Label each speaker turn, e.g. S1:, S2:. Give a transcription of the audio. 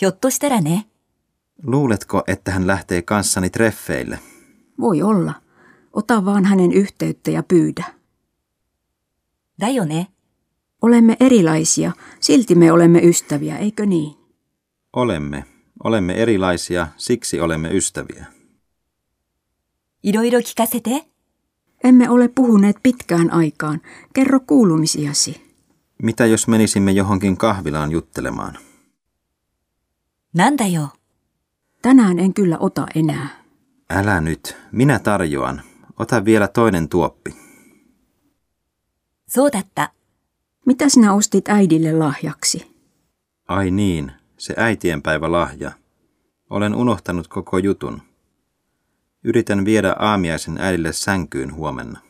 S1: ひょっとしたらね。
S2: Luuletko, että hän lähtee kanssani treffeille?
S3: Voi olla. Ota vaan hänen yhteyttä ja pyydä.
S1: だよね。
S3: Olemme erilaisia, silti me olemme ystäviä, eikö niin?
S2: Olemme. Olemme erilaisia, siksi olemme ystäviä.
S1: いろいろ聞かせて。
S3: Emme ole puhuneet pitkään aikaan. Kerro kuulumisiasi.
S2: Mitä jos menisimme johonkin kahvilaan juttelemaan?
S1: なんだよ。
S3: Tänään en kyllä ota enää.
S2: Älä nyt, minä tarjoan. Ota vielä toinen tuoppi.
S1: そうだった。
S3: Mitä sinä ostit äidille lahjaksi?
S2: Ai niin, se äitienpäivä lahja. Olen unohtanut koko jutun. Yritän viedä aamiaisen äidille sänkyyn huomenna.